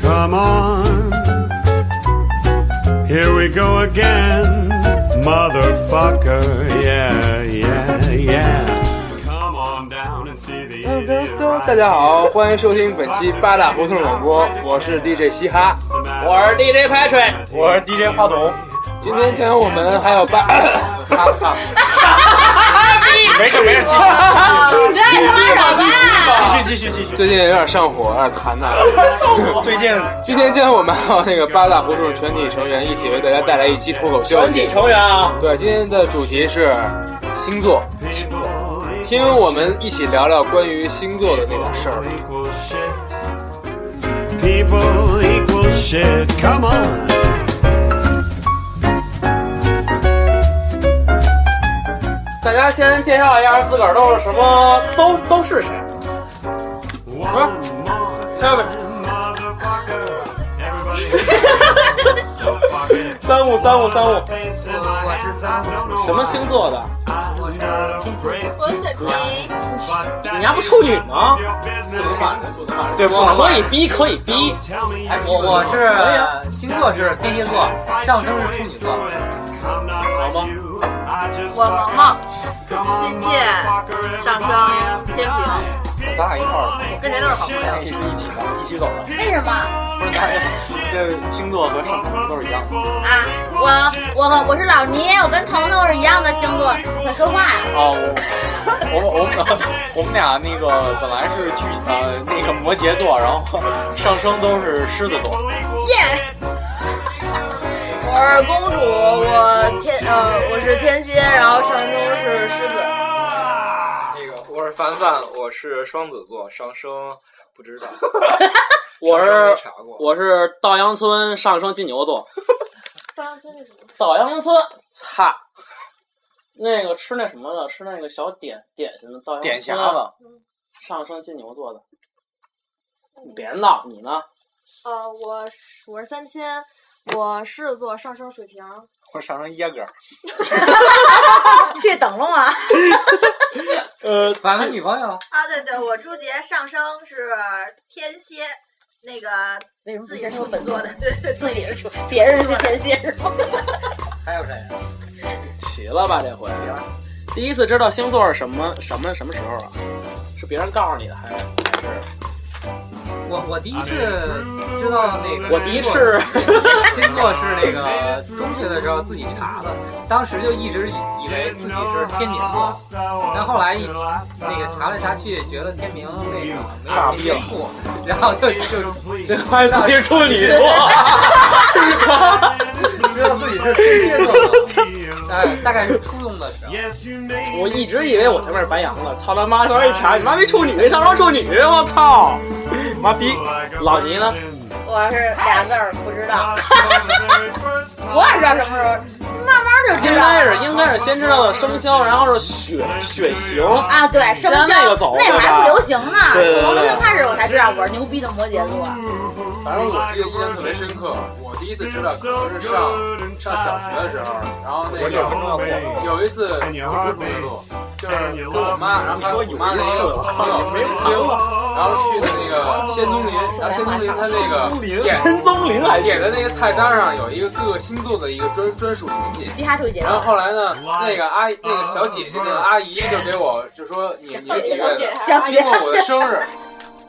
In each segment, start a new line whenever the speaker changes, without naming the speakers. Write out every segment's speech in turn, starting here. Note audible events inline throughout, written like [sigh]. come on. Here we go again, motherfucker. Yeah, yeah, yeah. Come on down and see the
噔噔
idiot
噔！
right
大家好，欢迎收听本期八大胡同广播，我是 DJ 嘻哈，
我是 DJ 拍水，
我是 DJ 花童。今天将我们还有 [laughs] 八，哈哈，
没事没事，继
你这他妈什么？
续继续继续继续。
最近有点上火，有点痰呐。
最近
今天将我们还有那个八大胡同全体成员一起为大家带来一期脱口秀。
全体成员啊，
对，今天的主题是星座，听我们一起聊聊关于星座的那个事儿。
People equal shit. People equal shit. Come on.
大家先介绍一下自个儿都是什么，都都是谁？
One more time, motherfucker. Everybody. So fuck it.
三五三五三五，
Face in my hands, I don't know
什么
why.
星座的？
I'm not afraid to
我水瓶，
fuck that
你还不处女吗
is？your business.
对，不
我
可以逼，可以逼。
Tell me
哎，
you
我
belong.
我
啊
是星座是天蝎座，上升是处女座。
I'm not like you. I just
我
fuck
萌
it.
萌，
Come on,
谢谢
motherfucker,
掌
everybody has
声
to
天
die.
平，
咱俩一块儿，
跟谁都是好朋友。
哎一起一起的，一起走的。
为什么
不是，咱俩 [laughs] 这星座和上升都是一样的。
啊？我我我是老倪，我跟彤彤是一样的星座，快说话呀！
哦，我我我们我们俩那个本来是去呃那个摩羯座，然后上升都是狮子座。
耶！我是公主，我天呃我是天蝎，然后上升是狮子。
那个，我是凡凡，我是双子座，上升不
[laughs]
知道，
我
没
是
查过。
我是稻香村上升金牛座，稻香村，擦，那个吃那什么的，吃那个小点点心的稻香村，
点匣子，
上升金牛座的。你别闹，你呢？
呃，我是我是三千，我狮子座上升水瓶，
我上升耶
[laughs]
哥。
去等了吗？
[laughs] 呃，
凡凡女朋友，
啊，对对，我朱杰上升是天蝎，那个
为什么
自
不
己
先
是
说
处
本
女
座
座
的
的？，
对对， [laughs] 自己是处，别人是天蝎是吗？
还有谁呀？
啊齐了吧这回？第一次知道星座是什么什么什么时候啊？是别人告诉你的还是？
我我第一次知道那个，
我第一次
星座是那个中学的时候自己查的，当时就一直以以为自己是天蝎座，但后来一那个查来查去，觉得天明那个没有天蝎座，然后就就就
还哎自己处女座，
知道自己是天蝎座了。哎，大概是初中的时候。
Yes, you may.
我一直以为我前面是白羊了，操他妈！当时一查，你妈没处女，上升处女，我操！妈逼！老倪呢？
我是俩字儿不知
啊
道，
我
[laughs] 我也知道什么时候，慢慢就
应
知道
该。是应该是先知道的生肖，然后是血血型。
啊，对，生肖
先那个走
那会儿
对吧
还不流行呢，
对对对
从流行开始我才知道我是牛逼的摩羯座。
反正我记得印象特别深刻，我第一次知道可能是上上小学的时候，然后那个有一哎次我不是路，就是跟我妈，然后还有我妈的一个朋友哦没有结
[laughs]
婚，然后去的那个仙踪林，然后仙踪林它那个点
跟宗林还
点的那个菜单上有一个各个星座的一个专专属饮品。
嘻哈处女
然后
座，
后来呢，那个阿姨，那个小姐姐，那个阿姨就给我就说你你是几岁的？
小
因
学
为。我的生日，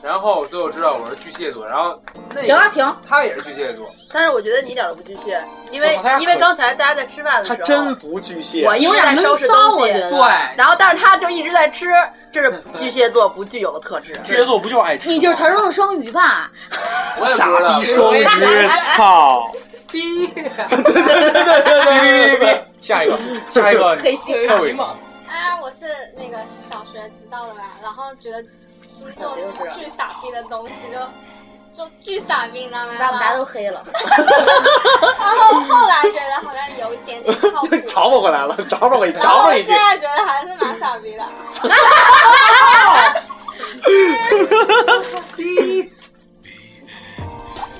然后我最后知道我是巨蟹座，然后那
停了停，
他也是巨蟹座，
但是我觉得你一点都不巨蟹，因为
我他
因为刚才大家在吃饭的时
他
候，
真不巨蟹。
我一直在收拾东西，
对，
然后但是他就一直在吃，这是巨蟹座不具有的特质。
巨蟹座不就是爱吃？
你就是传说中的双鱼吧？
我也不知
傻
道
逼。双鱼，操！
[laughs]
[laughs]
逼，
别别别！
下一个，下一个，
黑心
特伟。
啊，我是那个小学知道的吧，然后觉得星座是巨傻逼的东西，就就巨傻逼，你知道吗？
把我们大家
然后
都黑了。
然后后来觉得好像有一点点靠谱，
[laughs] 找不回来了，找不回，
然后
找不一
现
句。
在觉得还是蛮傻逼的。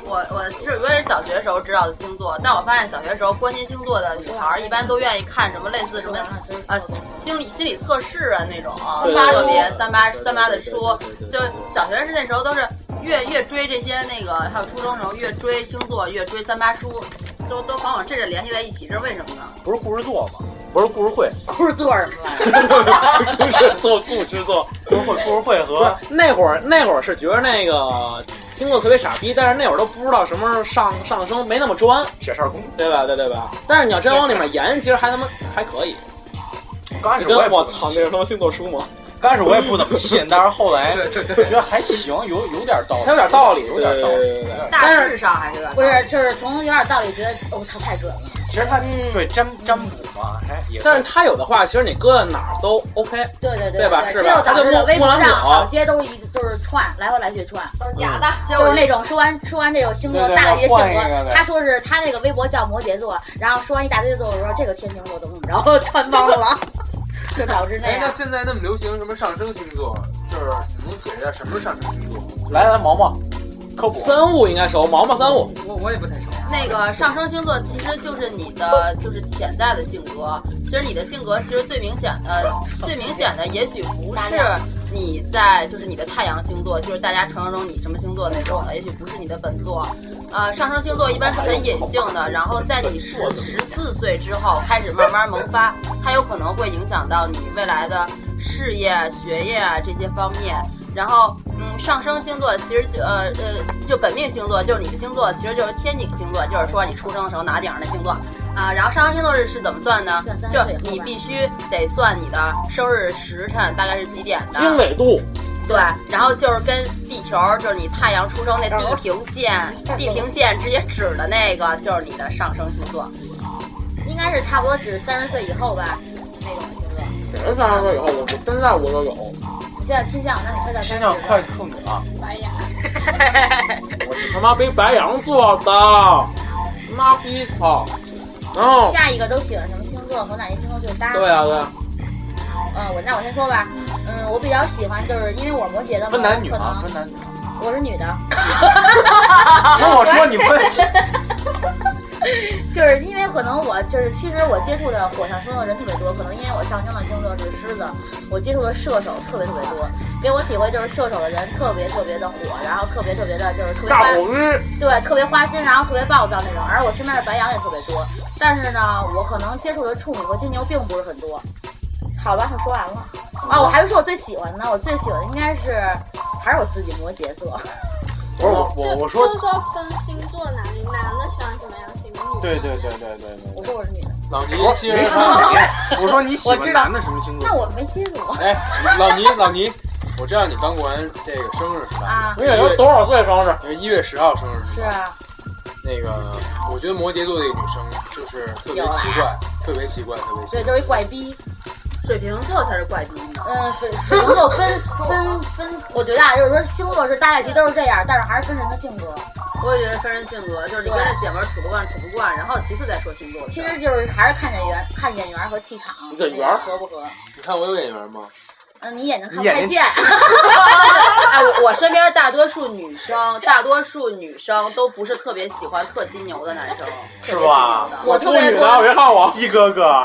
我我是我也是小学时候知道的星座，但我发现小学时候关心星座的女孩儿一般都愿意看什么类似什么呃心理心理测试啊那种，
对对
[laughs]
对
特别三八三八的书，
对对对对
就
对
小学是那时候都是
越越追这些那个，还有初中时候越追星座，越追三八书，都都往往这这联系在一起，这是为什么呢？
不是故事做吗？不是故事会，
故事座什么来着？
不是做故事做故事会故事会和那会儿那会儿是觉得那个星座特别傻逼，但是那会儿都不知道什么时候上上升，没那么专，
铁扇公主，
对吧？对对吧？但是你要真往里面研，其实还他妈还可以。
刚开
就
啊始我也
跟
不
我操，那是他妈星座书吗？
刚开始我也不怎么信，但是后来
对对
觉得还行，有有点道理，
它有点道理，
有点道
对
理。
对对对对
大致上还是有点
不是，就是从有点道理觉得，哦，操，太准了。
其实他对占占卜嘛，还也
但是他有的话，其实你搁在哪儿都 OK。
对对
对吧
对，
是
这
吧
就导致
他就
了微博
木兰
上
表
好些都一就是串，来回来去串，
都是假的。
就是那种说完说完这种星座
对对
大概这些性
换一个
格，
对
他说是他那个微博叫摩羯座，然后说完一大堆座，我说这个天平座怎么怎么着， [laughs] 穿帮了，就导致那
哎，那
样。
现在那么流行什么上升星座，就是你能解释一下什么是上升星座吗？
来来毛毛科普，
三物应该熟，毛毛三物，
我我也不太熟。
那个上升星座其实就是你的就是潜在的性格，其实你的性格其实最明显的最明显的也许不是你在就是你的太阳星座，就是大家传说中你什么星座那种的，也许不是你的本座。呃，上升星座一般是很隐性的，然后在你十十四岁之后开始慢慢萌发，它有可能会影响到你未来的事业、学业啊这些方面。然后，嗯，上升星座其实就呃呃，就本命星座就是你的星座，其实就是天井星座，就是说你出生的时候拿顶上的星座啊。然后上升星座是是怎么算呢
算？三十
就
岁以后吧
你必须得算你的生日时辰大概是几点的，
经纬度
对，然后就是跟地球，就是你太阳出生那地平线，地平线直接指的那个就是你的上升星座。
哦应该是差不多只三十岁以后吧，那种星座。
只能上升以后，我现在我都有。
你现在倾向，那你快到
倾
三
向
十
快处女了，
白
[laughs]
眼，
我他妈被白羊做的，妈逼
哦
操！然
哦
后
下一个都喜欢什么星座和哪些星座最搭？
对啊对啊，
嗯，我那我先说吧。嗯，我比较喜欢，就是因为我摩羯的嘛，
分男女
可
啊，
能
分男女。
我是女的，
啊
那我说你分，
就是因为可能我就是其实我接触的火象星座人特别多，可能因为我上升的星座是狮子，我接触的射手特别特别多，给我体会就是射手的人特别特别的火，然后特别特别的就是特别
大
花
狗日
对特别花心，然后特别暴躁那种。而我身边的白羊也特别多，但是呢，我可能接触的处女和金牛并不是很多。好吧，我说完了啊，我还没说我最喜欢的，我最喜欢的应该是还是我自己摩羯座。
不是我我我说
就，是说分星座男女，男的喜欢什么样型，女的
对对对对对对。
我说我是女的，
老倪
我
其实
哦没说你，我说你喜
我
欢
知道
男的什么星座
那？我没接触过
哎，老倪老倪，我知道你刚过完这个生日是吧？
啊，
你也有多少岁生日？
因为一月十号生日，
是啊，
那个我觉得摩羯座这个女生就是特别奇怪，特别奇怪，特别奇怪。
啊对，就是一怪逼。
水瓶座才是怪逼呢。
嗯，水水瓶座分分分，我觉得啊，就是说星座是大概其都是这样，但是还是分人的性格。
我也觉得分人性格，就是你跟这姐们儿处不惯处不惯，然后其次再说星座。
其实就是还是看演员、看眼缘和气场，
这缘儿
合不合？
你看我有眼缘吗？
嗯，你眼睛
你
看不
眼
太
睛
见， [laughs]
哎，我我身边大多数女生，大多数女生都不是特别喜欢特金牛的男生，
是吧
特别
我特别
金牛的
女的，别看我。
鸡哥哥，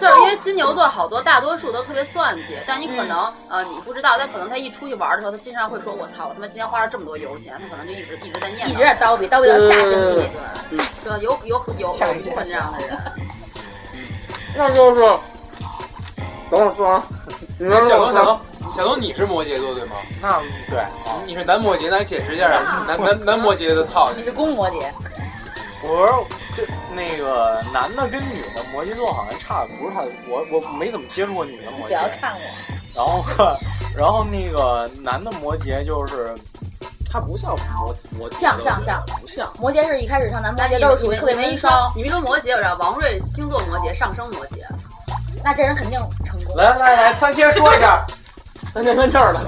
就是因为金牛座好多大多数都特别算计，但你可能、呃你不知道，但可能他一出去玩的时候，他经常会说：“我操，我他妈今天花了这么多油钱。”他可能就一直一直在念叨，
一直在叨逼，叨逼到下星期。
对，有有有有一部分这样的人。
那就是，等会儿说完，你
哎
们
小
说
东小东小东，你是摩羯座对吗？
那对，
你是男摩羯，那你解释一下男男男摩羯的操
你
性。
是公摩羯，
我说这那个男的跟女的摩羯座好像差的不是太，我我没怎么接触过女的摩
不
羯
要，看我。
然后然后那个男的摩羯就是
他不像我，我
像像像，
不像。
摩羯是一开始上，咱摩
但
羯
你
都
们
是
你
属于特
们
别
你们
闷
一
骚
说，你们一说摩羯，我知道王瑞星座摩羯，上升摩羯。
那这人肯定成功。哎
来来来，咱先说一下，
那那那这儿呢？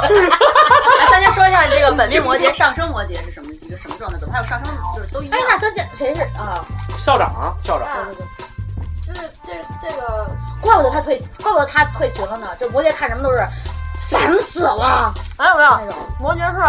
哎，大家说一下你这个本命摩羯、上升摩羯是什么一个什么状态？怎么还有上升就是都一
哎
样？，
那三姐谁是啊？
校长，
校长，
对对对，
就是这这个
怪不得他退，怪不得他退群了呢。这摩羯看什么都是烦死了
没有没有，
那种。
摩羯是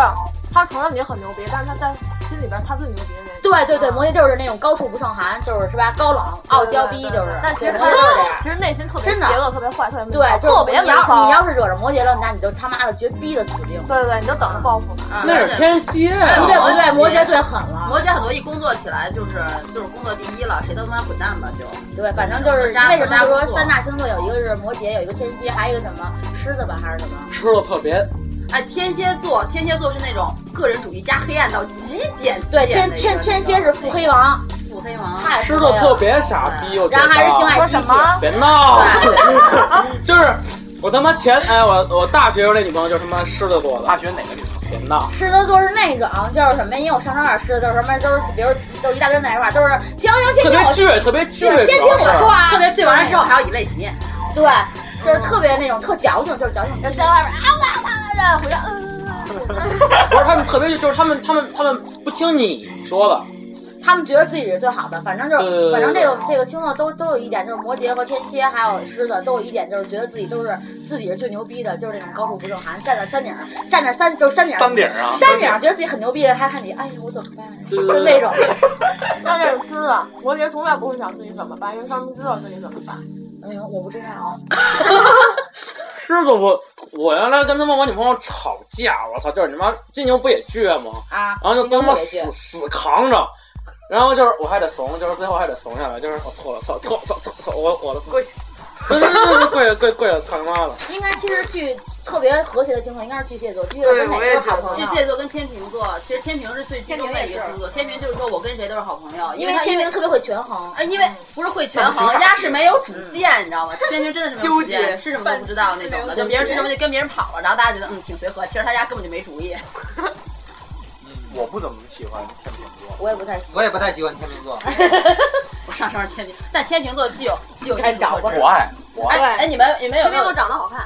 他承认你很牛逼，但是他在心里边他最牛逼的那个。
对对对，摩羯就是那种高处不胜寒，就是是吧？高冷、傲娇逼，就是。
但其实
他就是这样。
其实内心特别
真的
邪恶，特别坏，特别
对，就是
特别
你要
冷骚
你要是惹着摩羯了，那你就他妈的绝逼的死定。
对对，你就等着报复
吧
那是天蝎啊，
哎不对不对，摩羯最狠了。
摩羯很多一工作起来就是就是工作第一了，谁都他妈滚蛋吧就。
对，反正就是
渣
为什么
渣
说
工作
三大星座有一个是摩羯，有一个天蝎，还有一个什么狮子吧还是什么？
吃了特别
哎，天蝎座，天蝎座是那种个人主义加黑暗到极点。
对，
极点
天
的一个
天天
那个
蝎是腹黑王，
腹黑王，
太
狮
腹
子
黑了
特别傻逼，我觉
哎然后还
得
是性爱
说什么
别闹，就是我他妈前哎我我大学时候那女朋友就是他妈狮子座的，大
学哪个女朋
友？别闹，
[laughs] 狮子座是那种，就是什么呀？因为我上升二狮子，就是什么，都是比如都一大堆那一块儿，都是停停停停，
特别
我
倔，特别倔，
对先听我
主要是
说啊，
特别倔完了之后还
有以泪洗面，对，就是特别那种特矫情，就是矫情，就在外面啊哇哇哇回家嗯。
不是他们特别就是他们他们他们不听你说的，
他们觉得自己是最好的，反正就是，
对对对
反正这
对
个这个星座都都有一点，就是摩羯和天蝎还有狮子都有一点，就是觉得自己都是自己是最牛逼的，就是那种高处不胜寒，站在山顶儿，站在山就是山顶儿，
山顶儿啊
山顶儿觉得自己很牛逼的，还看你，哎呦我怎么办？
对
就那种，
但是狮子，摩羯从来不会想自己怎么办，因为他们知道自己怎么办。
嗯，我不知道。
狮子我我原来跟他妈我女朋友吵架，我操，就是你妈金牛不也倔吗？
啊，
然后就
金牛
他妈
特别倔
死死扛着，然后就是我还得怂，就是最后还得怂下来，就是我错了，错错错错错，我我的跪
下，
对对对对，跪跪跪着，操他妈的！
应该其实巨特别和谐的星座应该是巨蟹座，巨蟹座跟哪个都是好朋
巨
友？
蟹座跟天平座，其实天平是最集中的一个星座。天平就是说我跟谁都是好朋友，
因
为
为
他
天平特别会权衡，
哎，因为不是会权衡，人家是没有主见，你知道吗？天平真的是没有主见，是什么都不知道那种的，就别人是什么就跟别人跑了，然后大家觉得嗯挺随和，其实他家根本就没主意。
我不怎么喜欢天秤座，
我也不太喜
我也不太喜欢天秤座，
我上升是天平，但天平座具有具有
该找吧
我爱我
哎哎，你们你们有
天
没
秤
有
座长得好看，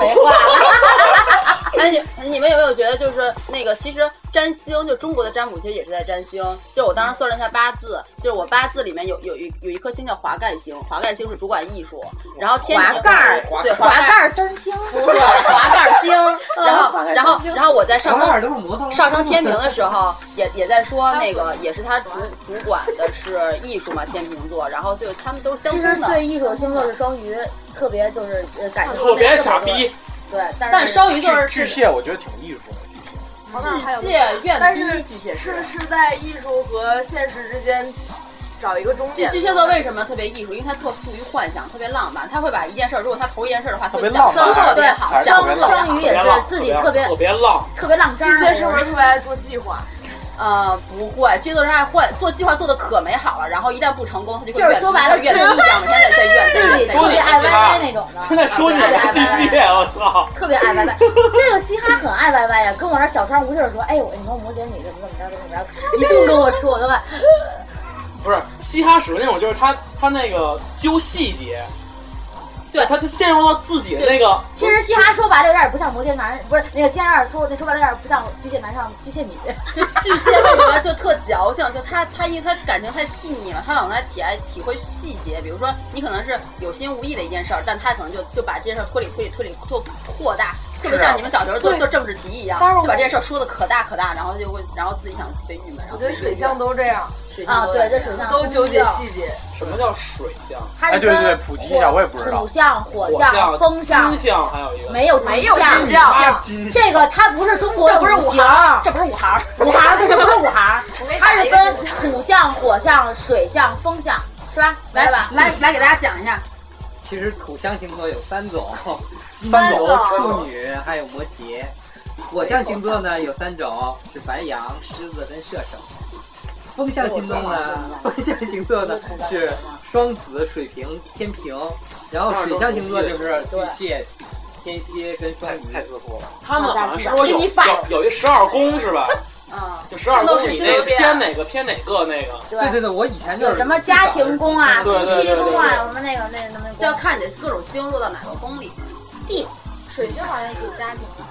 没话。
[laughs] 哎，你你们有没有觉得，就是那个，其实占星，就中国的占卜，其实也是在占星。就是我当时算了一下八字，就是我八字里面有有一有一颗星叫华盖星，华盖星是主管艺术，然后天
华盖儿
对
华
盖
盖
儿
儿三星，
不是华盖儿
[laughs]
星，然后
华盖儿
然后
三星
然后我在上
上
升
都是摩托
上升天平的时候，也也在说那个也是他主主管的是艺术嘛，天平座，然后就他们都是相
其
通
实
的。
最艺术的星座是双鱼，特别就是呃感觉
特别傻逼，
对，但
但
是
双鱼座
巨
是
蟹我觉得挺艺术的。
嗯
巨蟹
但
愿
是
逼巨蟹座
是是在艺术和现实之间找一个中
巨
间。
巨蟹座为什么特别艺术？因为他特富于幻想，特别浪漫。他会把一件事儿，如果他投一件事儿的话，他
特
会
别
想
浪
象
漫
得特别
对
好，想
双
得特别好
双鱼也是自己特别
啊特别浪，
特别浪渣
巨
儿
蟹
那
是不
种
是特别爱做计划？
呃不会，巨蟹座是爱幻做计划做的可美好了，然后一旦不成功，他就会
就是说白了
怨天尤人每天在怨
自己特别爱歪歪那种
现
的，
在说你是巨蟹，
哎
我操！
特别爱歪歪。这个嘻哈很爱歪歪呀，跟我那小三无事儿说，哎我你说摩羯女怎么怎么着怎么着，你不跟我说我都问，
不是嘻哈属于那种，就是他他那个揪细节，
对
他就陷入到自己的那个。
其实嘻哈说白了有点不像摩羯男，不是那个嘻哈有点说那说白了有点不像巨蟹男上巨蟹女，
就巨蟹为什么就特啊矫情？就他他因为他感情太细腻了，他老能来体爱体会细节。比如说，你可能是有心无意的一件事儿，但他可能就就把这件事儿推理推理推理做扩大，特别
啊
像你们小时候做
对
做政治题一样，
但是我
就把这件事儿说的可大可大，然后就会然后自己想被郁闷。然后
我觉得水象都这样，
水象
啊
都
对，
这
这
样
水象
都纠结细节。
什么叫水象？
它是
哎对对对
分
普及一下
火
我也不知道
土象、火
象、
象、风
象、
象
金，象，还有一个
没有没有
金
象
象
啊金
这个它不是中国的
这不是
五
五
行，
这不是五行，
五行对，这不是五行，它是
分
分土象、火象、水象、风象，是吧？来吧，
来来给大家讲一下，
其实土象星座有三 [laughs] 种，金
三
牛、
种
[laughs] 处女还有摩羯。火象星座呢有三种，是白羊、狮子跟射手。风象星座呢，风象星座呢是双子、水瓶、天平，然后水象星座就是巨蟹、天蝎跟双鱼。
太自负了，
他们好像是
我
说有
给你
有
反
有一十二宫是吧？
嗯，
就十二宫，
这都是
你
星
那
座变
偏哪个偏哪个那个？
对对对，我以前就
有
是
什么家庭宫啊、夫
对对对
妻
对对
宫啊，
对
什么那个那个什么
就要
宫，
看你的各种星落到哪个宫里。
水星好像主家庭吧，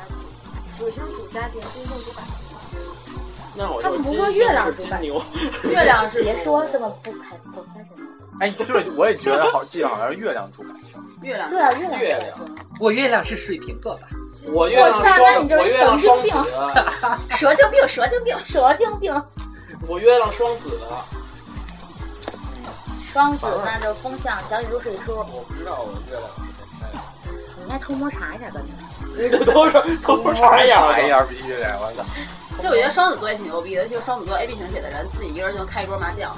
水星主家庭，金星主感情。
那我
他
就
们不
金
说
星
月亮
是
主
金
宰
牛，
月亮是
别说这么不开不开心。
哎，对，我也觉得好，记得好像是月亮主感情。
月亮，
对啊，月亮
月
也
亮
是
我月亮是水瓶座吧？
我月
哇
亮
塞，那你
双，
就
我
是
月
神
亮
经
双
病，啊
子，
蛇精病，蛇精病，蛇精病。
我月亮双子的。
双子那就风向小雨如水说，
我不知道我月亮是什么样
你应该偷摸查一下，跟着。
这都是都是
查
啥
一
样
下，
的
一？下必须得，我操！
就我觉得双子座也挺牛逼的，就是双子座 A B 型血的人，自己一个人就能开一桌麻将，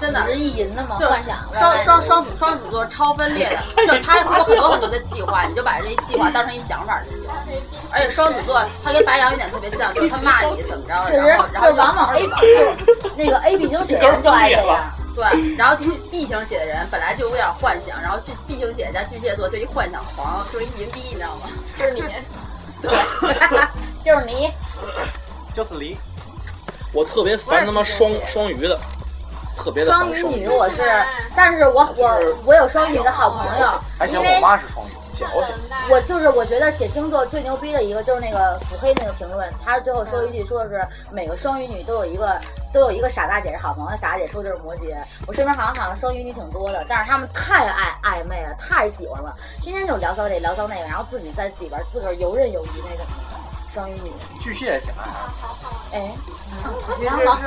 真的。
是意淫的吗？
就是
幻想的
双双双子双子座超分裂的， [laughs] 就是他有很多很多的计划，你就把这些计划当成一想法就行。而且双子座他跟白羊有点特别像，就是他骂你怎么着，
确实
然后，
就
然后
是往往 A 就那个 A B 型血人就爱这样。
对，然后去 B 型血的人本来就有点幻想，然后去 B 型血加巨蟹座就一幻想狂，就是一淫逼，你知道吗？就是 [laughs] 你，
就是你，
就是离。我特别烦他妈双双鱼的，特别的
双
烦
鱼
双
女我是，但是我我我有双鱼的好朋友，
而且
因
我
为
妈是双鱼，矫情。
我就是我觉得写星座最牛逼的一个就是那个腹黑那个评论，他最后说一句说是每个双鱼女都有一个都有一个傻大姐是好朋友，傻大姐说就是摩羯。我身边好像好像双鱼女挺多的，但是她们太爱暧昧了，太喜欢了，天天就聊骚这聊骚那个，然后自己在里边自个儿游刃有余那种。双鱼女，
巨蟹也挺爱的，
哎，
然
后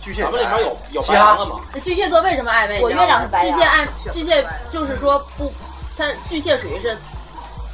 巨蟹。
咱们里面有有
其
白
他
羊的吗？
巨蟹座为什么暧昧？
我
你知道
月
吗
亮是白羊
巨蟹爱巨蟹就是说不，他巨蟹属于是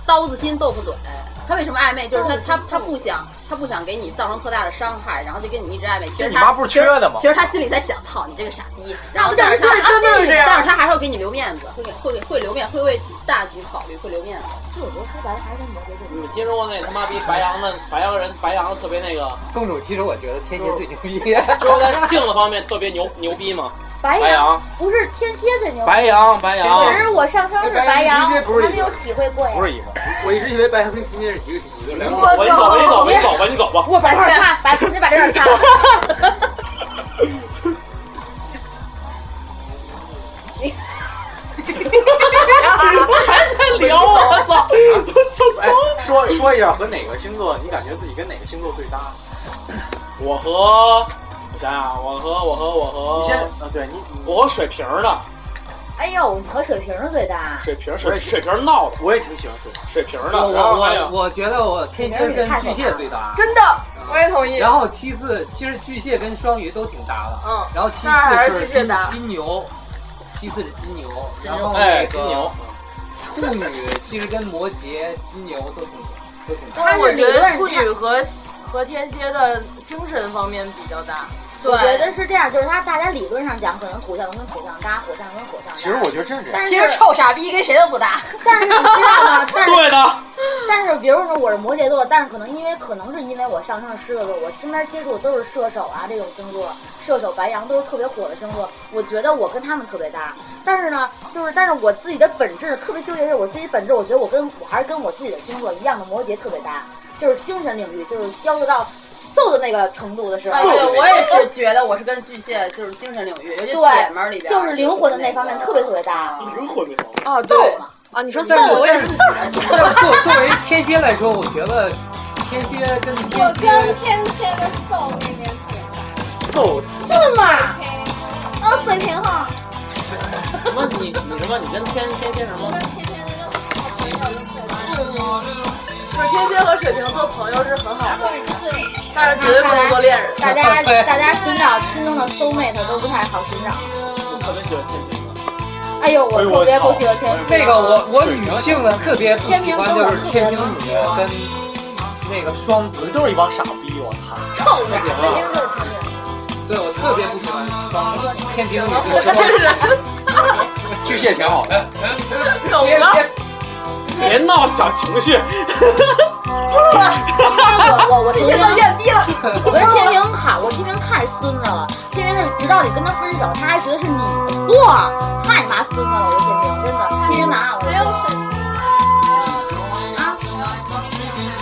刀子心豆腐嘴。
哎
他为什么暧昧？就是他他他不想他不想给你造成特大的伤害，然后就跟你一直暧昧。其实
你
他
妈不是缺的吗
其实他心里在想，操你这个傻逼。然后
那
但
不
是
就是
他啊
说的就是这样
但是他还是会给你留面子，会给会给会留面，会为大局考虑，会留面子。
这我觉得说白了还是跟摩羯座。
你听说过那他妈逼白羊的白羊人白羊特别那个，
公主，其实我觉得天蝎最牛逼。
只有在性的方面特别牛牛逼吗？
白
白羊
不是天蝎最牛，
白羊白羊
其实我上升是白羊，
天蝎不
我
是
还
一
没
个
有体会过呀。
不是一个。
我一直以为白羊跟天蝎是一个体系的，两个
我你走吧，你走吧，你走吧，你走吧。
我把这段掐，把你把这段掐了。
还在聊我操！
哎，说说一下和哪个星座，你感觉自己跟哪个星座最搭？
我和我想想啊，我和我和我和
你先啊，对你，
我和水瓶儿的
[laughs] 哎呦，我和水瓶儿最搭，
水瓶儿水水瓶儿闹的
我也挺喜欢水瓶。
水瓶儿
我
的，然后还
我
有
我觉得我天蝎跟巨蟹最搭，
真的，我也同意。
然后其次，其实巨蟹跟双鱼都挺搭的，
嗯，
然后其
那还
次
是
是
巨蟹
金
搭
金牛，其次是金牛，然后那
哎
个
金牛，
处女其实跟摩羯、金牛都挺都挺搭。
但是我觉得处女和和天蝎的精神方面比较大。
我觉得是这样，就是他大家理论上讲，可能土象跟土象搭，火象跟火象搭。
其实我觉得真是这样。
但是
其实臭傻逼跟谁都不搭。
但是你知道吗？但是
对的，
但是，比如说我是摩羯座，但是可能因为可能是因为我上升是狮子座，我身边接触的都是射手啊这种星座，射手、白羊都是特别火的星座，我觉得我跟他们特别搭。但是呢，就是但是我自己的本质特别纠结，是我自己本质，我觉得我跟我还是跟我自己的星座一样的摩羯特别搭，就是精神领域就是要求到瘦的那个程度的时候 [laughs]
哎，，对，我也是觉得我是跟巨蟹就是精神领域，尤其姐们儿里
对，
边，
就是灵魂的那方面特别特别搭。
灵魂那方面。
啊，对啊，你说
但是
我也
但
是
是但是作作为天蝎来说，我觉得天蝎跟天
我
蝎
跟天蝎的兽那边比，
揍
是吗？
嘿
哦，水瓶哈，
什么你你什么你跟天天蝎什
我
么
跟？天蝎的就好
就是天
朋友就是，
蝎和水瓶做朋友是很好
然
的，
后就是
但是绝对不能做恋人。
大家大家寻找心中的 soul mate 都不太好寻找。
我特别喜欢天蝎座，
哎呦，我特别不喜欢天蝎。
那个我我女性的特别不喜欢就是天平女跟那个双
你
子
们，都是一帮傻逼，我操！
臭男人，
对我特别不喜欢双天平女跟双子。
[laughs] 巨蟹挺好的，
懂了，
[laughs] 别闹小情绪。 [laughs]
我我我
巨
天
蟹
平
座，越逼了。
我跟天平好，我天平太孙子了。天平是直到你跟他分手，他还觉得是你的错，太妈孙子了。我的天平真的，天平男啊，我
还有水瓶，
啊，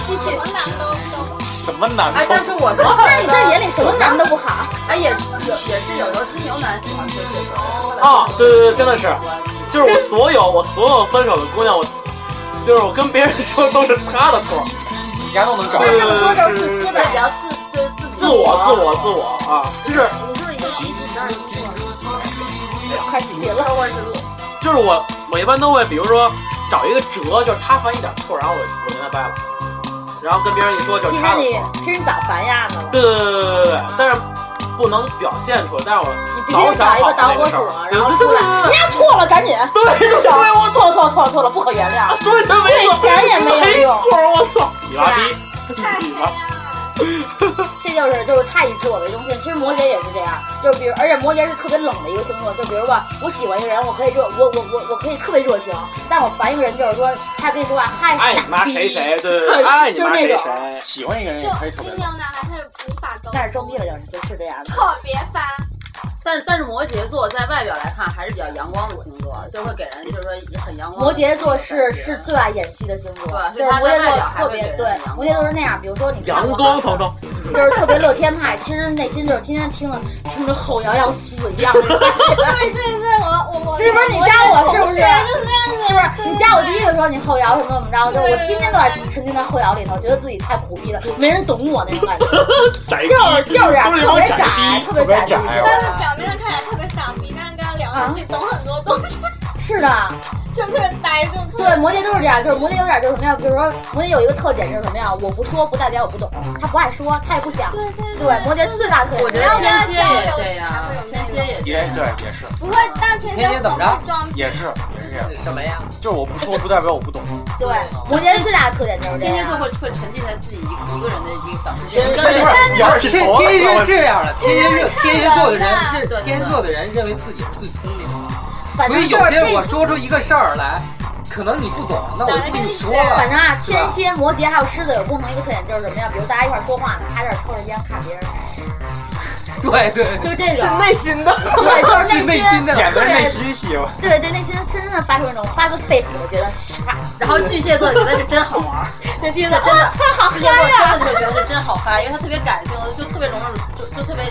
继续。
我哪都都
什么男
哎，但是
的？
我是
那你在眼里什么男的不好？
哎，也是有也是有时候金牛男喜欢天蝎座。
啊，对对对，真的是，就是我所有我所有分手的姑娘，我就是我跟别人说都是她的错，
你丫都能找
他
着？
们说的是
自
自
己比较自就是自己
自我自我自我啊，就是
你就是一个集体上的错。快起了，
就是我我一般都会，比如说找一个辙，就是他犯一点错，然后我我跟他掰了，然后跟别人一说就
其
是
实
他的
你
错。
其实你早烦样子了，
对对对对对对对，但是不能表现出来，但是我
必须
早
得
想
找一
好
个
了
导
这
火
个事
索
儿，，对
然后
对
出
对
来，你
对对
要错了赶紧，
[laughs] 对对对
我错了错了错了错了，不可原谅，
[laughs] 对对没错
一点也没有用，
没错，我操，你妈逼，你妈，
[laughs] 这就是就是太以自我为中心。其实摩羯也是这样，就是比如，而且摩羯是特别冷的一个星座。就比如吧，我喜欢一个人，我可以热，我我我我可以特别热情，但我烦一个人，就是说他跟你说话太
爱
傻
你哎妈
逼
谁谁，对对对，爱你妈
就是
谁
那种
[laughs]
谁，喜欢一个人也可以特别
金牛男还是无法沟通，
但是装逼了就是就是这样的。
特别烦。
但是但是摩羯座在外表来看还是比较阳光的星座，就会给人就是说很阳光
摩
的那
羯
种
座
感觉。
是是最爱演戏的星座，就是
对所以他
摩
在
羯
外
座
表还
特
会
别
给人
对
阳，光
摩羯座是那样。比如说你看
阳
我
光头头，
就是特别乐天派，其实内心就是天天听着听着后摇要死一样的感觉。
[laughs]
对对对，我我我
是不是你加我是不是？
我的同学就是那样子，
是不是？你加我第一个时候，你后摇什么怎么着？就
对
我
对对
天天都在沉浸在后摇里头，觉得自己太苦逼了，没人懂我那种感觉。
宅逼
就是就是这样，
都是
特别
宅
窄，
逼
特别
特别
窄。
宅
但
啊
是表面上看起来特别傻逼，但是跟他聊下去懂很多东西，
是的，
就特别呆住。特别
对，摩羯都是这样，就是摩羯有点就是什么呀？比如说摩羯有一个特点就是什么呀？我不说不代表我不懂，他不爱说，他也不想。
对对
对，摩羯最大特点。
我觉得天蝎也这样，天蝎也这
也对，也是，
不会，但天
天
蝎
蝎怎么
会装
着？也是，也是这样。
什么呀？
就是我不说，不代表我
[laughs]
不懂。
对，摩羯最大的特点就是
样。
这样
天蝎座会会沉浸在自己一个人的一个小世界
天
里。
蝎
跟人
不是天天蝎是这样的，天蝎是天蝎座的人是
对对对
天蝎座的人认为自己是最聪明的，
反
所
正
以
就
有
是
些
这
我说出一个事儿来，可能你不懂，那我就跟你说了。
反正啊，
是吧
天蝎、摩羯还有狮子有共同一个特点，就是什么呀？比如大家一块儿说话呢，他在这儿抽着烟看别人，
对对，
就这种
是
内
心的，
对，就是
内心的
特
演的
别
内心戏嘛。
对对，内心深深的发出那种发自肺腑的觉得傻。
然后巨蟹座觉得是真好玩儿， [laughs] 这巨蟹座真的，巨蟹座真的就觉得是真好嗨，因为他特别感性，就特别融入，就就特别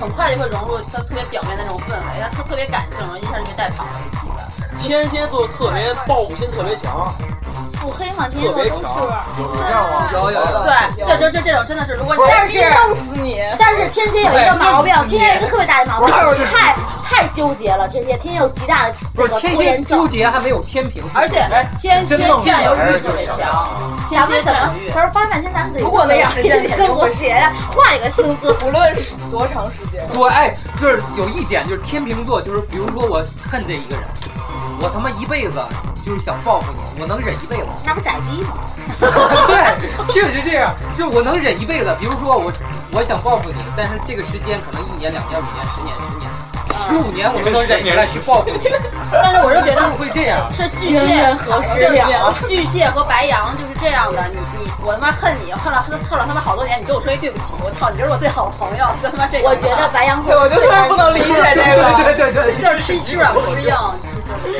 很快就会融入他特别表面的那种氛围，他特特别感性，然后一下就被带跑了一气氛。
天蝎座特别报复心特别强，
腹黑嘛，天蝎
特
座都是。
别啊强，有
这样吗
有有有
对，这就就这种真的是，如果你
但是
弄死你，
但是天蝎有一个毛病，天蝎有一个特别大的毛病，就是太太纠结了。天蝎，天蝎有极大的这
不是
个
天
拖
蝎
延
纠
症。
结还没有天平，
而且天蝎占有欲特别强，天
咱
蝎
们怎
占
么
有欲？。
他说发现咱们自己
不过
没
没时间也
跟
就
我
会
学呀，换一个星座。
无论是多长时间，
我哎，就是有一点就是天秤座，就是比如说我恨这一个人，我他妈一辈子就是想报复你，我能忍一辈子。
那不窄逼吗？
[laughs] 对，确实这样，就是我能忍一辈子。比如说我我想报复你，但是这个时间可能一年、两年、五年、十年、十年、十五年，我都能忍下来去报复你。
但是我是觉
他
得
们会这样，
是巨蟹和石羊，巨蟹和白羊就是这样的。你你我他妈恨你，恨了恨了恨了他妈好多年，你跟我说一对不起，我操，你就是我最好的朋友，他妈这个。
我觉得白羊座，
我就特别不能理解这个，
对对对对，
就是吃吃软不吃硬。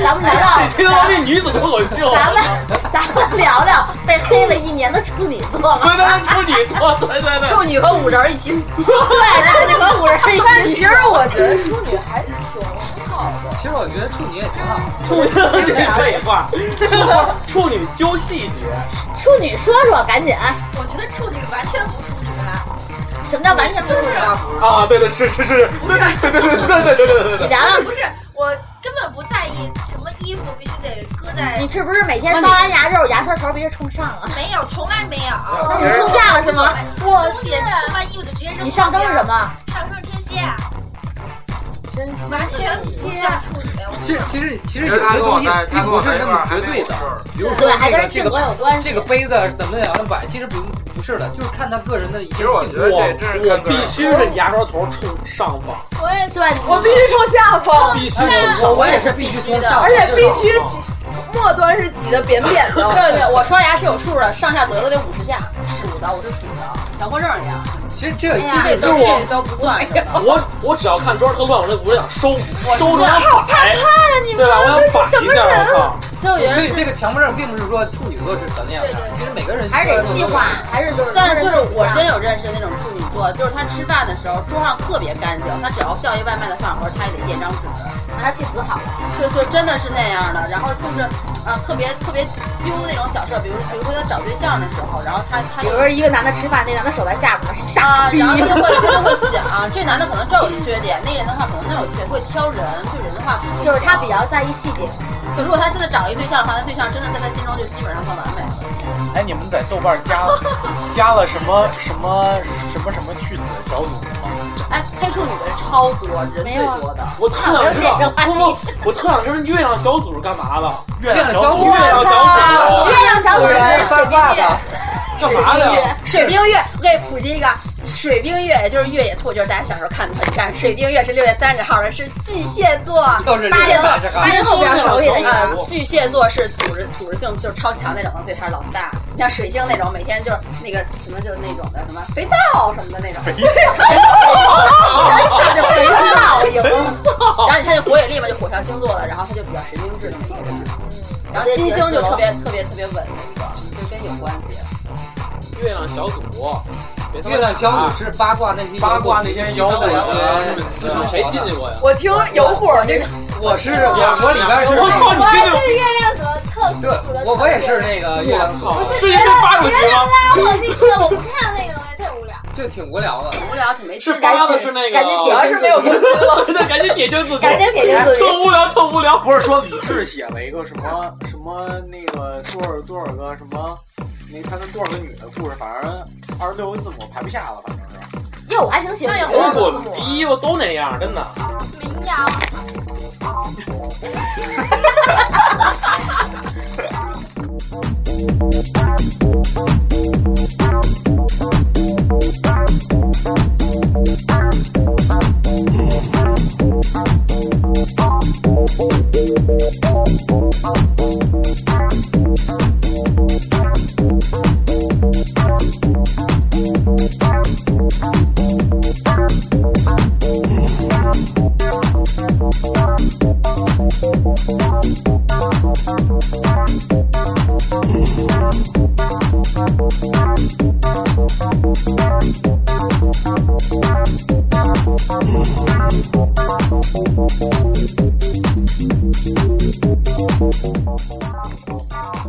咱们聊聊
这期他妈那女子脱口秀，
咱们咱们聊聊被黑了一年的处女座吧。
对对对，处女座，对对对，
处女和五人一起死。
对，处女和五人一
但
起。
其实我觉得处女还挺好的。
其实我觉得处女也挺好的。
处女废话，处女揪细节，
处女说说，赶紧，
我觉得处女完全不处女吧，
什么叫完全不是？
啊，对对是是是，对对对对对对对
你
对对对，
聊聊
不，是我根本不在意什么衣服必须得搁在
你，是不是每天刷完牙之后牙刷头必须冲上了？
没有从来没有。
那你冲下了是吗？
我是他妈衣服就直接扔。
你上升是什？么？
上升天蝎啊，
真心
完全不像处女。
其实其实其实
其实
有
他
些
跟我
东西
那他
并
跟我
不
那
是
一
那
块儿
么
还
绝对
没有事
的
儿，
比如说
对，还
这个
跟
这
性
个
格有关系。
这个杯子怎么两两摆，其实不不是的，就是看他个人的一
其
些
实我
性
觉
格。
得这真是
我我
看个
必
人。
须是牙刷头冲上方，
我也
对，
我必须冲下风，
必须冲上
哎我我也是必须从上，
而且必须挤，末端是挤得扁扁的。
对对，我刷牙是有数的， [laughs] 上下左右都得五十下，数的，我是数的，强迫症一样。
其实这
哎
这
呀
这
就是我
这都不算什么。
我我只要看桌上特乱，我就我就想收收住想摆，对吧？我想摆一下，我操！
所以我觉
所
得
以
是
这个强迫症并不是说处女座是怎么样
对
的
对，对
其实每个人
还是得细化，还是就是。
但是就是我真有认识那种处女座，就是他吃饭的时候桌上特别干净，他只要叫一外卖的饭盒，他也得垫张纸，
让他去死好了。
就就真的是那样的。然后就是，呃，特别特别揪那种小事，比如比如说他找对象的时候，然后他他
比
就
如说一个男的吃饭，那男的手在下面，傻
啊，
逼
然。后他就会他就会想，这男的可能这有缺点，那人的话可能那有缺，点，会挑人，对人的话可能
就是他比
较。
较在意细节，
对就如果他真的找了一对象的话，那对象真的在他心中就基本上算完美了。
哎，你们在豆瓣加加了什么什么什么什么去死小组吗？
哎，黑处女的人超多，人最多的。
我特想知道，不不，我特想知道月亮小组是干嘛的？月
亮小
组，
组
月亮小组，
月亮小组
对
是水冰月，
干嘛的呀？
水冰月，我给普及一个，水冰月也就是越野兔，就是大家小时候看的很干。水冰月是六月三十号的，是巨蟹座，
又是
巨蟹座
6月30号，
后边
新
手
手
里
表
呃，巨蟹座是组织组织性就是超强那种的，所以他是老大。像水星那种，每天就是那个什么，就是那种的什么肥皂什么的那种，肥皂就肥皂有。然后你看这火野丽嘛，就火象星座的，然后他就比较神经质的一个人，然后金星就特别特别特别稳的一个，就跟有关系。
月亮小组，别他妈
月亮小
查
组是八卦那些
八卦那些
小组
妖怪
啊
的，
你们谁进去过呀？
我听有火儿那个，
我是我我里边是
我操你
我
真
是
的，
月亮组的特殊组的成员。
我我也是那个月亮组，
哎我操
是
是因为八主
我
席
觉得
吗？
拉我进去了，我不看那个东西，特无聊。
就挺无聊的。
无聊挺没
是八的是那个，
赶紧撇清自己，
[laughs] 真的赶紧撇清自己，
赶紧撇清自己。
特无聊，特无聊。
不是说李志写了一个什么什么那个多少多少个什么，那他跟多少个女的故事，反正二十六个字母排不下了，反正是。
因为我还挺喜欢
那有
都
我
多
滚逼，我都那样，真的。
明聊，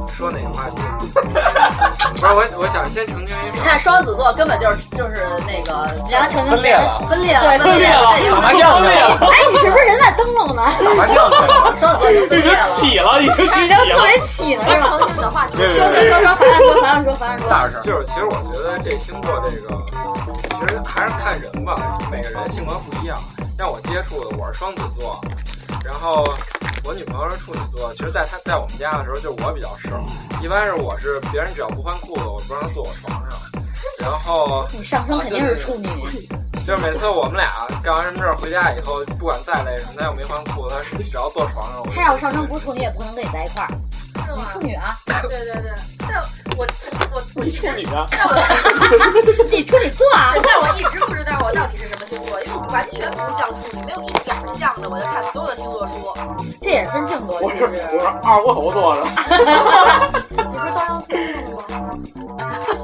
说哪个话题？不是我，我想先澄清一
你
下，
看双子座根本就是就是那个，然后成
分裂了
分裂了，
对
分裂了，
分裂了
对
打麻将去了，
哎，你是不是人在灯笼呢？
打麻将去了，
双子座就分
已
裂
经
了。
起了，已经
已
起
经特
了。
别起呢，
我
是吧？
重新的话题。
对
说
对
说说说，凡让说，凡让说，凡让说。
大事儿。
就是其实我觉得这星座这个，其实还是看人吧，每个人性格不一样。像我接触的，我是双子座，然后我女朋友是处女座。其实在她在我们家的时候，就我比较瘦，一般是我是别人只要不换裤子，我不让她坐我床上。然后
你上升肯定是处女，
就是每次我们俩干完什么事儿回家以后，不管再累什么，她要没换裤子，她只要坐床上，我就
他要上升不是处女，也不能跟你在一块儿。你处女 [laughs] 啊，
对对对，但我我我
你处女啊？
但我
你处女座 [laughs] 啊，
但我一直不知道我到底是什么星座，因为我完全不像处女，没有一点儿像的。我就看所有的星座书，
这也是分性格，
我
其
是
实。
我是二锅头做的，
[laughs]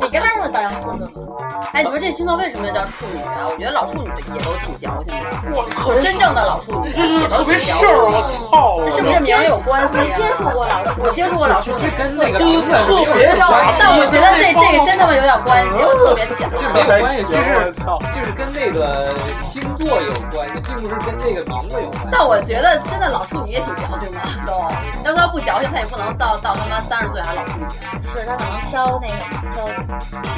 你跟他就是当洋孙子吗？
哎，你说这星座为什么叫处女啊？我觉得老处女也都挺矫情的，
我靠，这
真正的老处女也都
特别
挺
瘦
矫情，
我
的。
操！我
这是不是名儿有关系啊
我接触过老师，
我接触过老处
[laughs]
女，
跟那个
就特别傻逼。
但我觉得这这个真他妈有点关系，我特别想。
没有关系，这
我
是
操！
这是跟那个星座有关系，并不是跟那个名字有关系。
但我觉得真的老处女也挺矫情的，都要不要不矫情，他也不能到到他妈三十岁还老处女。
是他可能挑那个挑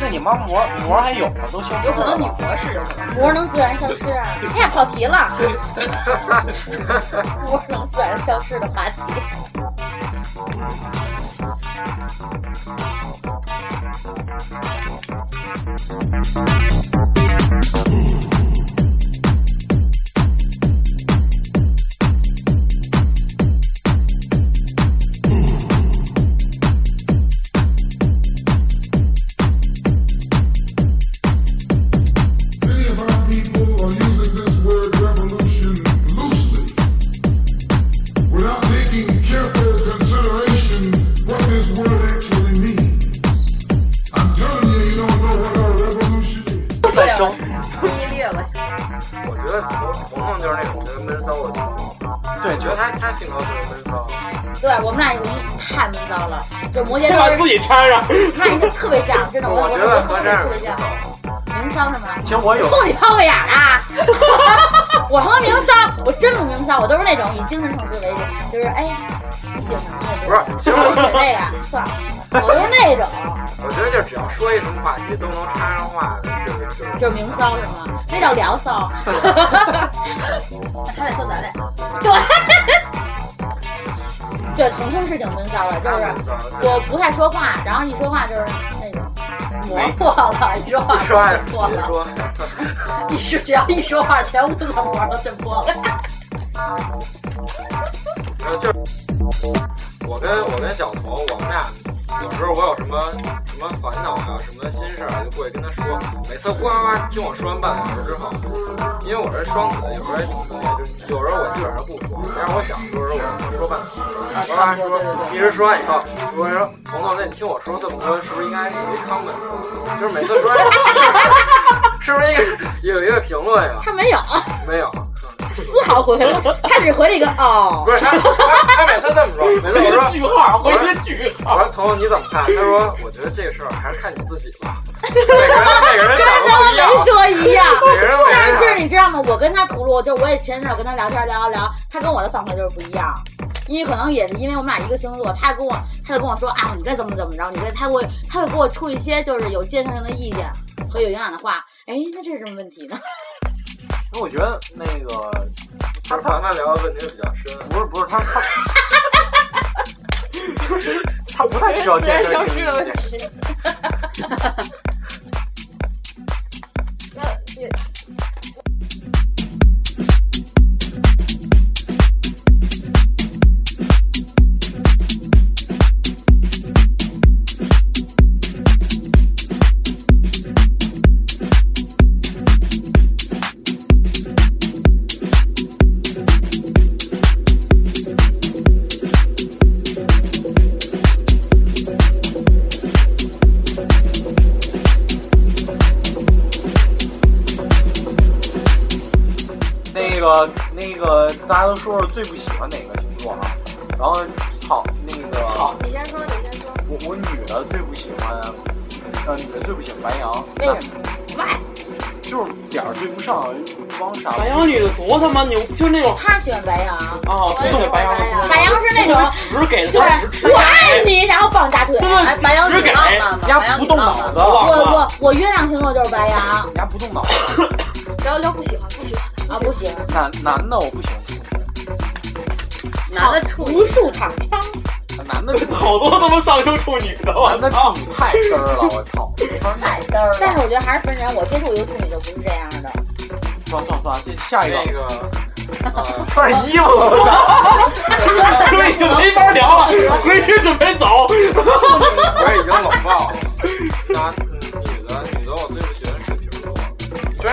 那你妈膜膜还有吗？都消失
有可能女
了。
博士有可能。
膜能自然消失 [laughs] 啊？哎呀，跑题了，膜能自然消失的话题。
再生，
我觉得彤彤就是那种特别闷骚的星座，
对，
觉
就
得她她性格特别闷骚。
对我们俩容易太闷骚了，就摩羯座
把自己掺上。
是，他俩已经特 [laughs] 别像，真的，我
我
我
觉
觉得
得
特
和
别
这样
特别像。
的
闷骚是吗？
其实我有
臭你泡个眼儿啊！ [laughs] 我他妈明骚，我真不明骚，我都是那种以精神层次为主，就是哎，你喜欢什么？
不是，其实
我写
我
这个算了，我都是那种
我觉得就只要说一什么话题都能插上话的，就是就是
就是明骚是吗？ [laughs] 那叫聊骚。
他得说咱俩。
对， [laughs] 对，彤彤是挺闷骚的，就是我不太说话，然后一说话就是那种模糊了，一说话
说话
就 [laughs] 模糊了，
说
一说只要一说话，全屋子活都震破了。
然后呃就是我跟我跟小童，我们俩有时候我有什么什么烦恼啊，什么心事儿啊，就过去跟他说。每次呱呱呱听我说完半个小时之后，因为我是双子，有时候也挺自恋，就有时候我基本上不说，但是我想说的时候我能说半个小时。呱呱说，一直说完以后，我说彤彤，那你听我说这么多，是不是应该有一 comment？就是每次说，是不是应该有一个评论呀？
他没有
没有。
丝毫回复，他只回了一个哦。
[laughs] 不是他，他他每次这么说，每次我说
[laughs]
句号，回个句号。我说彤彤你怎么看？他说我觉得这个事儿还是看你自己吧。每个人每个人想
跟
的
我
不一样，，
没说一样
每个人每个
但
人想
是你知道吗？我跟他吐露，就我也前阵儿跟他聊天聊一聊，他跟我的反馈就是不一样，因为可能也是因为我们俩一个星座，他跟我他就跟我说啊，你该怎么怎么着，你该他会他会给我出一些就是有建设性的意见和有营养的话，哎，那这是什么问题呢？
因为我觉得那个
他他他聊的问题比较深，
不是不是他他。他不太需要建设性的意见，那个那个，大家都说说最不喜欢哪个星座啊？然后草那个草，
你先说，你先说。
我我女的最不喜欢，呃，女的最不喜欢白羊，
为什
么？就是点儿对不上，一帮傻子。
白羊女的多他妈牛，就是那种
他喜欢白羊，
哦，不对，白羊
羊白羊是那种
只给的，
对
他只，只
我爱你，然后抱你大腿，
对
白羊
只
女
给
浪漫吧，白
家
羊
不
女
动
浪
脑
漫
子，
吧。我我我月亮星座就是白羊，啊
人家不动脑子。
聊聊不喜欢，不喜欢
啊，不喜欢。
男男的我不喜欢
男的处
无数躺枪，
男的
好多他妈上升处女的，我
男的处女太嘚儿了，我操！
太嘚儿了。但是我觉得还是分人，我接触一个处女就不是这样的。
算了算了算了，这下一个
那个
穿上衣服了，我操！
所以就没法聊了，随时准备走。
我已经冷爆了。那女的女的我最不喜欢水瓶座，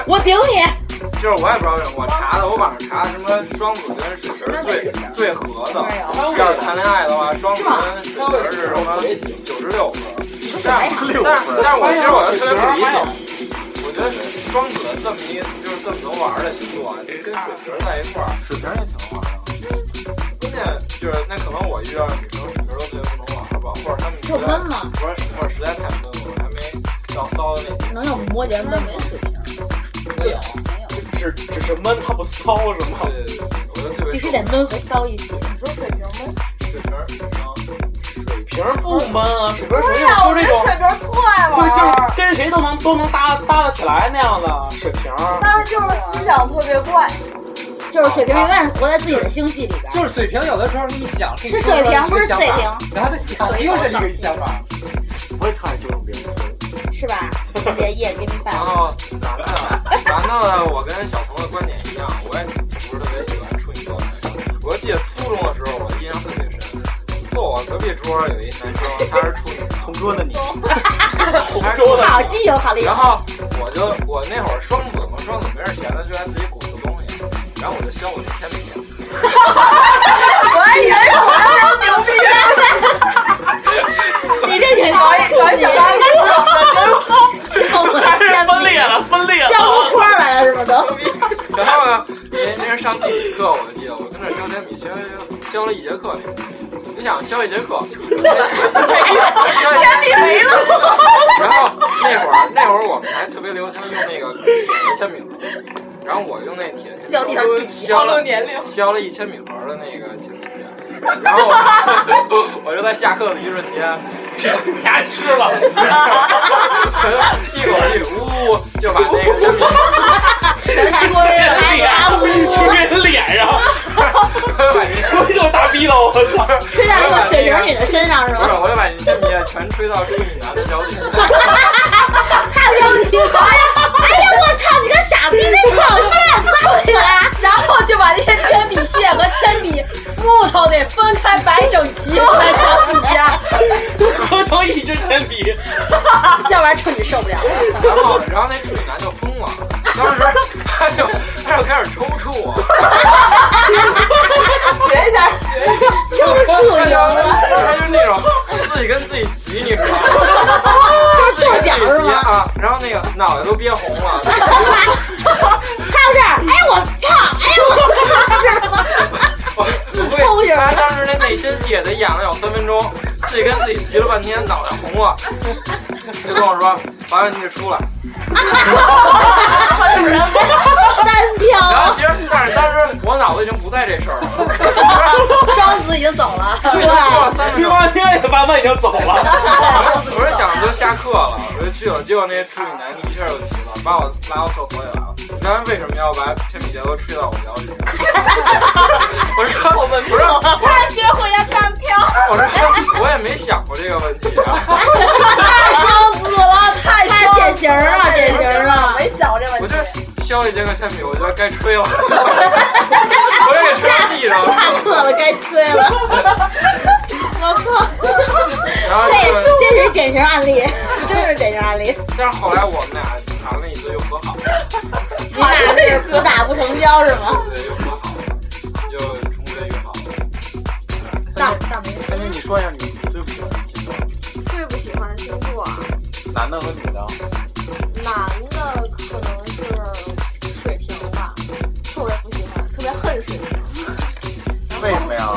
我顶你！
就是我也不知道为什么，我查的，我网上查的什么双子跟水瓶最最合的。要是谈恋爱的话，双子跟水瓶是什么九十六分？但是但是但是我其实我特别不理解，我觉得双子这么一就是这么能玩的星座，啊，就跟水瓶在一块儿，
水瓶也挺好玩的。
关键就是那可能我遇到的女生水瓶都特别不能玩吧，或者他们实
就
在
闷嘛，
或者或者实在太闷了，我还没到骚的那种。
能有摩羯闷吗？
没有，只只是闷，他不骚是吗？
我就特别
必须得闷和骚一起。
你说水瓶吗？
水瓶儿，
水瓶儿不闷啊，水瓶儿属于
对呀，
就
我
是
觉
那
得
种
水，瓶特爱玩
对，就
儿，
是跟谁都能都能搭搭得起来那样的水瓶儿。
但是就是思想特别怪。
就是水瓶
哦
永远活在自己的星系里边。
就是水瓶，有的时候你一想
是水瓶不是水瓶，
然后他想的又是这个想法。
我也特爱纠正别人。
是吧？爷爷给你办。
然
哦
后男的，男的，我跟小鹏的观点一样，我也不是特别喜欢处女座的男生。我记得初中的时候，我印象特别深，坐我隔壁桌有一男生，他是处女，
同桌的你，
同桌
好基友，好理
然后我就我那会儿双子嘛，双子没事闲的就爱自己鼓捣东西，然后我就削我的铅笔。
我还以为是我还牛逼
你这也搞一搞小白
还是分裂了，分裂了。
花来了是吗？都
[laughs] 然后呢，那那是上地理课，我记得我跟那削铅笔削削了一节课，你想削一节课，铅
笔没
[laughs]
了
然后那会儿那会儿我们还特别流行用那个铅笔盒，然后我用那铁锨
掉地上去皮
削
暴
了
露年龄
削了一千米盒的那个铁锨，然后我就在 [laughs] 下课的一瞬间，给它吃了，一口气呜呜就把那个铅笔
人脸上，我就大逼了，我操！
吹在了一个水瓶女的身上是
不是，
吗？
我就把你铅笔全吹到处女男的脚底下。
太有你哎呀，哎呀，我操，你个傻逼，真讨厌，造起来！
然后就把那些铅笔屑和铅笔木头得分开摆整齐放在墙底下，
合成一支铅笔，
要不然处女受不了。
然后，然后那处女男就疯了，当时他就他就开始抽搐我，
学一下，学一下，
他就是那种自己跟自己急，你知道吗？
哦
自己跟自己急啊，然后那个脑袋都憋红了，
还有这儿，哎我操，哎我操，
自抽筋。他当时那内心戏也得演了有三分钟，自己跟自己急了半天，脑袋红了，就跟我说：“麻烦你得出来。”
[laughs] 单
[laughs]
[laughs] 然
挑
后其实，但是当时我脑子已经不在这事儿了。
双子已经走了。
对，
玉皇天也慢慢已经走了。
我是想着就下课了，我就去了，结果那处女男一下就急了，把我拉到厕所里来了。你刚才为什么要把铅笔鞋都吹到我脚底下？ [laughs] 我说我们不是，我
他学会了单挑。
我说我也没想过这个问题啊。
太
双子了，太
太典型了，典型了，
没想过这
我就削一节课铅笔，我觉得该吹了，我也给吹地上了。
下课了该吹了，我操，
然后
这这是典型案例，真是典型案例，
但是后来我们俩谈了一次又和好，
你俩是不打不成交是吗？
对，又和好了，就重归于好了。
大大明，
三姐，你说一下你最不喜欢的星座，
最不喜欢星座啊，
男的和女的。
男的可能是水瓶吧，特别不喜欢，特别恨水瓶。
为什么呀？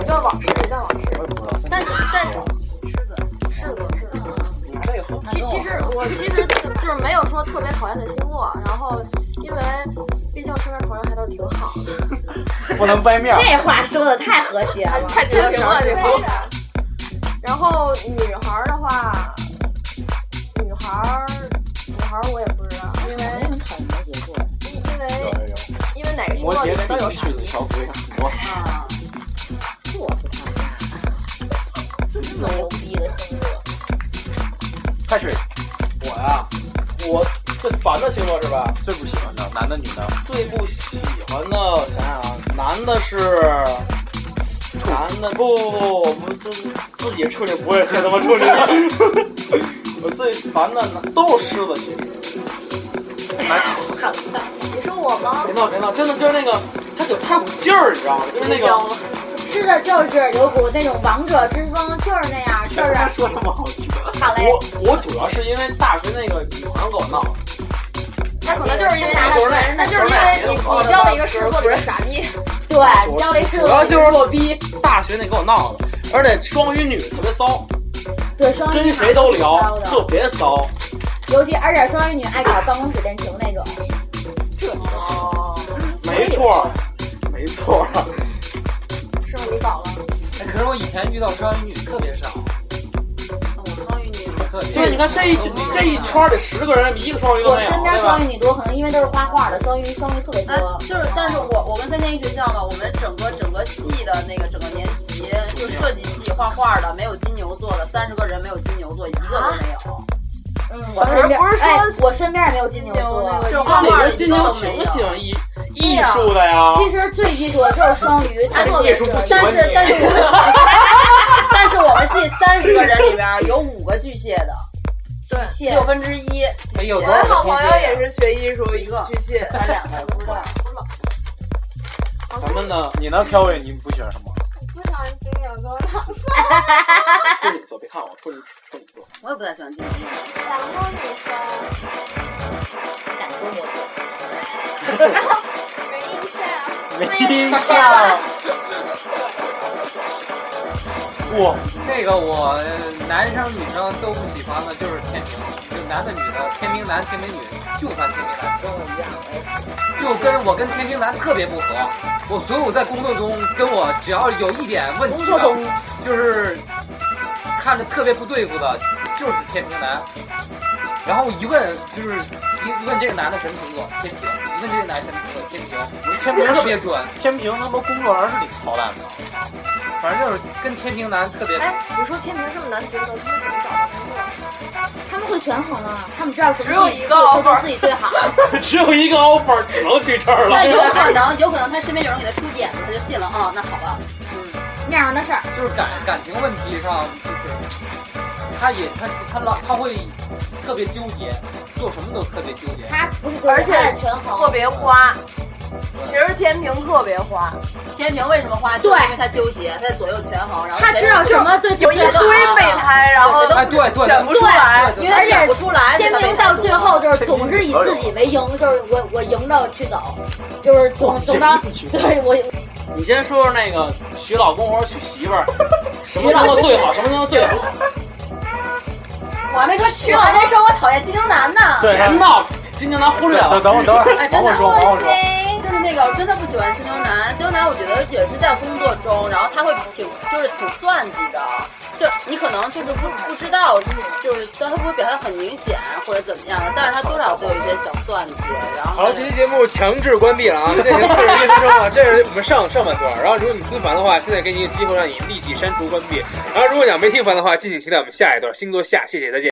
一段往事，一段往事。
我也不知道。
但但是的，是的，是的。其其实我其实就是没有说特别讨厌的星座，然后因为毕竟身边朋友还都挺好的。
不能掰面儿。
这话说的太和谐了，
太平了这个。然后女孩儿的话，女孩儿，女孩儿我也不知道，因为因因为因为哪个星
摩
座里
羯
面都
必
有
须去
傻
子
逼。
乔夫呀，我
这么牛逼的星座，
开水。我呀，我最烦的星座是吧？最不喜欢的，男的女的。
最不喜欢的，我想想啊，男的是，男的不不不，我们就是自己处理不会，看他妈处理了。我最烦的呢都是狮子，其实。男
你说我吗？
别闹别闹，真的就是那个，他有他有劲儿，你知道吗？就是那个，
吃的就是有股那种王者之风，就是那样，就
他
是
说什么好听？
啊好嘞。
我我主要是因为大学那个女朋友跟我闹，
那可能就是因为
那就是那
那就是因为你你交了一个狮子座的傻逼。
对，交了一次
主要就是落逼，大学那跟我闹的，而且双鱼女特别骚，
对双鱼
跟谁都聊，特别骚。
尤其而且双鱼女爱搞办公室恋情那种，
没错，没错。
是不是你饱了？
哎可是我以前遇到双鱼女特别少，
双鱼女
特别
对，你看这一这一圈儿里十个人，一个双鱼都
我
没有，
身边
对
双鱼
吧？
女多，可能因为都是画画的，双鱼双鱼特别
哎
多，。
就是，但是我我跟三天一学校嘛，我们整个整个系的那个整个年级，就设计系画画的，没有金牛座的，三十个人没有金牛座，一个都没有。
嗯，我身边
不是说
哎，我身边也没有金牛座，啊
就是
那
画
里
画
边金牛挺喜欢艺艺术的呀。
其实最基础的就是双鱼，
哎
特别
艺术不喜
但
欢
是
你
但是我们系，
但是我们系 [laughs] 三十个人里边有五个巨蟹的，
巨蟹
六分之一。
哎有
我
多
的
少
好
个
朋
天
友
蝎
也
呀？
是学艺术，一个巨蟹，
咱两个不知道。
咱们呢？你呢，Kelly？你不喜欢什么？
[laughs] 不喜欢金牛座的， [laughs]
处女座，别看我处女处女座，
我也不太喜欢金牛座。
然后女生
感情也多
[laughs] 没印象。
没印象。
我那个我男生女生都不喜欢的就是天平，就男的女的，天平男天平女，就烦天平男，跟我一样，就跟我跟天平男特别不合。我所有在工作中跟我只要有一点问题的，就是看着特别不对付的，就是天平男。然后一问就是一问这个男的什么星座，天平；一问这个男的什么星座，天平。我
天
平
平
特别准，
天平他妈工作人是你操蛋的。
[laughs]
反正就是跟天平男特别。
哎，你说天平这么难抉择，他们怎么找到工作？
他们会权衡啊，他们知道什么
只有
自己
一个
做
offer
自己最
[laughs]
好。
只有一个 offer，只能去这儿了。
那
有可
能
能，有可能他身边有人给他出点子，他就信了啊、那好吧，
面上的事儿，
就是感感情问题上，就是他也他他老他会特别纠结，做什么都特别纠结。
他不是
而且
权衡
特别花。其实天平特别花，
天平为什么花？
对
就是因为他纠结，他左右权衡，然后
他知道什么对
有一
啊
堆备胎，然后都
哎对对
哦选不出来，
对对对而且
选不出来。
天平到最后就是总是以自己为赢，就是我我赢着去走，就是总总到对我
你先说说那个娶老公或者娶媳妇儿，什么星座最好？什么星座最好？
我还没说吃，我还没说我讨厌金牛男呢。
别闹，今天咱忽略了。
等会儿等会
哎，
儿，
真
等
的
我说，等我说。
就是那个，我真的不喜欢金牛男。金牛男，我觉得也是在工作中，然后他会挺，就是挺算计的。就是你可能就是不不知道，就是但他不会表现得很明显或者怎么样，但是他多少都有一些小算计。然后
[laughs] 好了，这期节目强制关闭了啊！这已经四十一分钟了，这是我们上上半段。然后，如果你听烦的话，现在给你一个机会，让你立即删除关闭。然后，如果想没听烦的话，敬请期待我们下一段星座下。谢谢，再见。